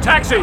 Taxi!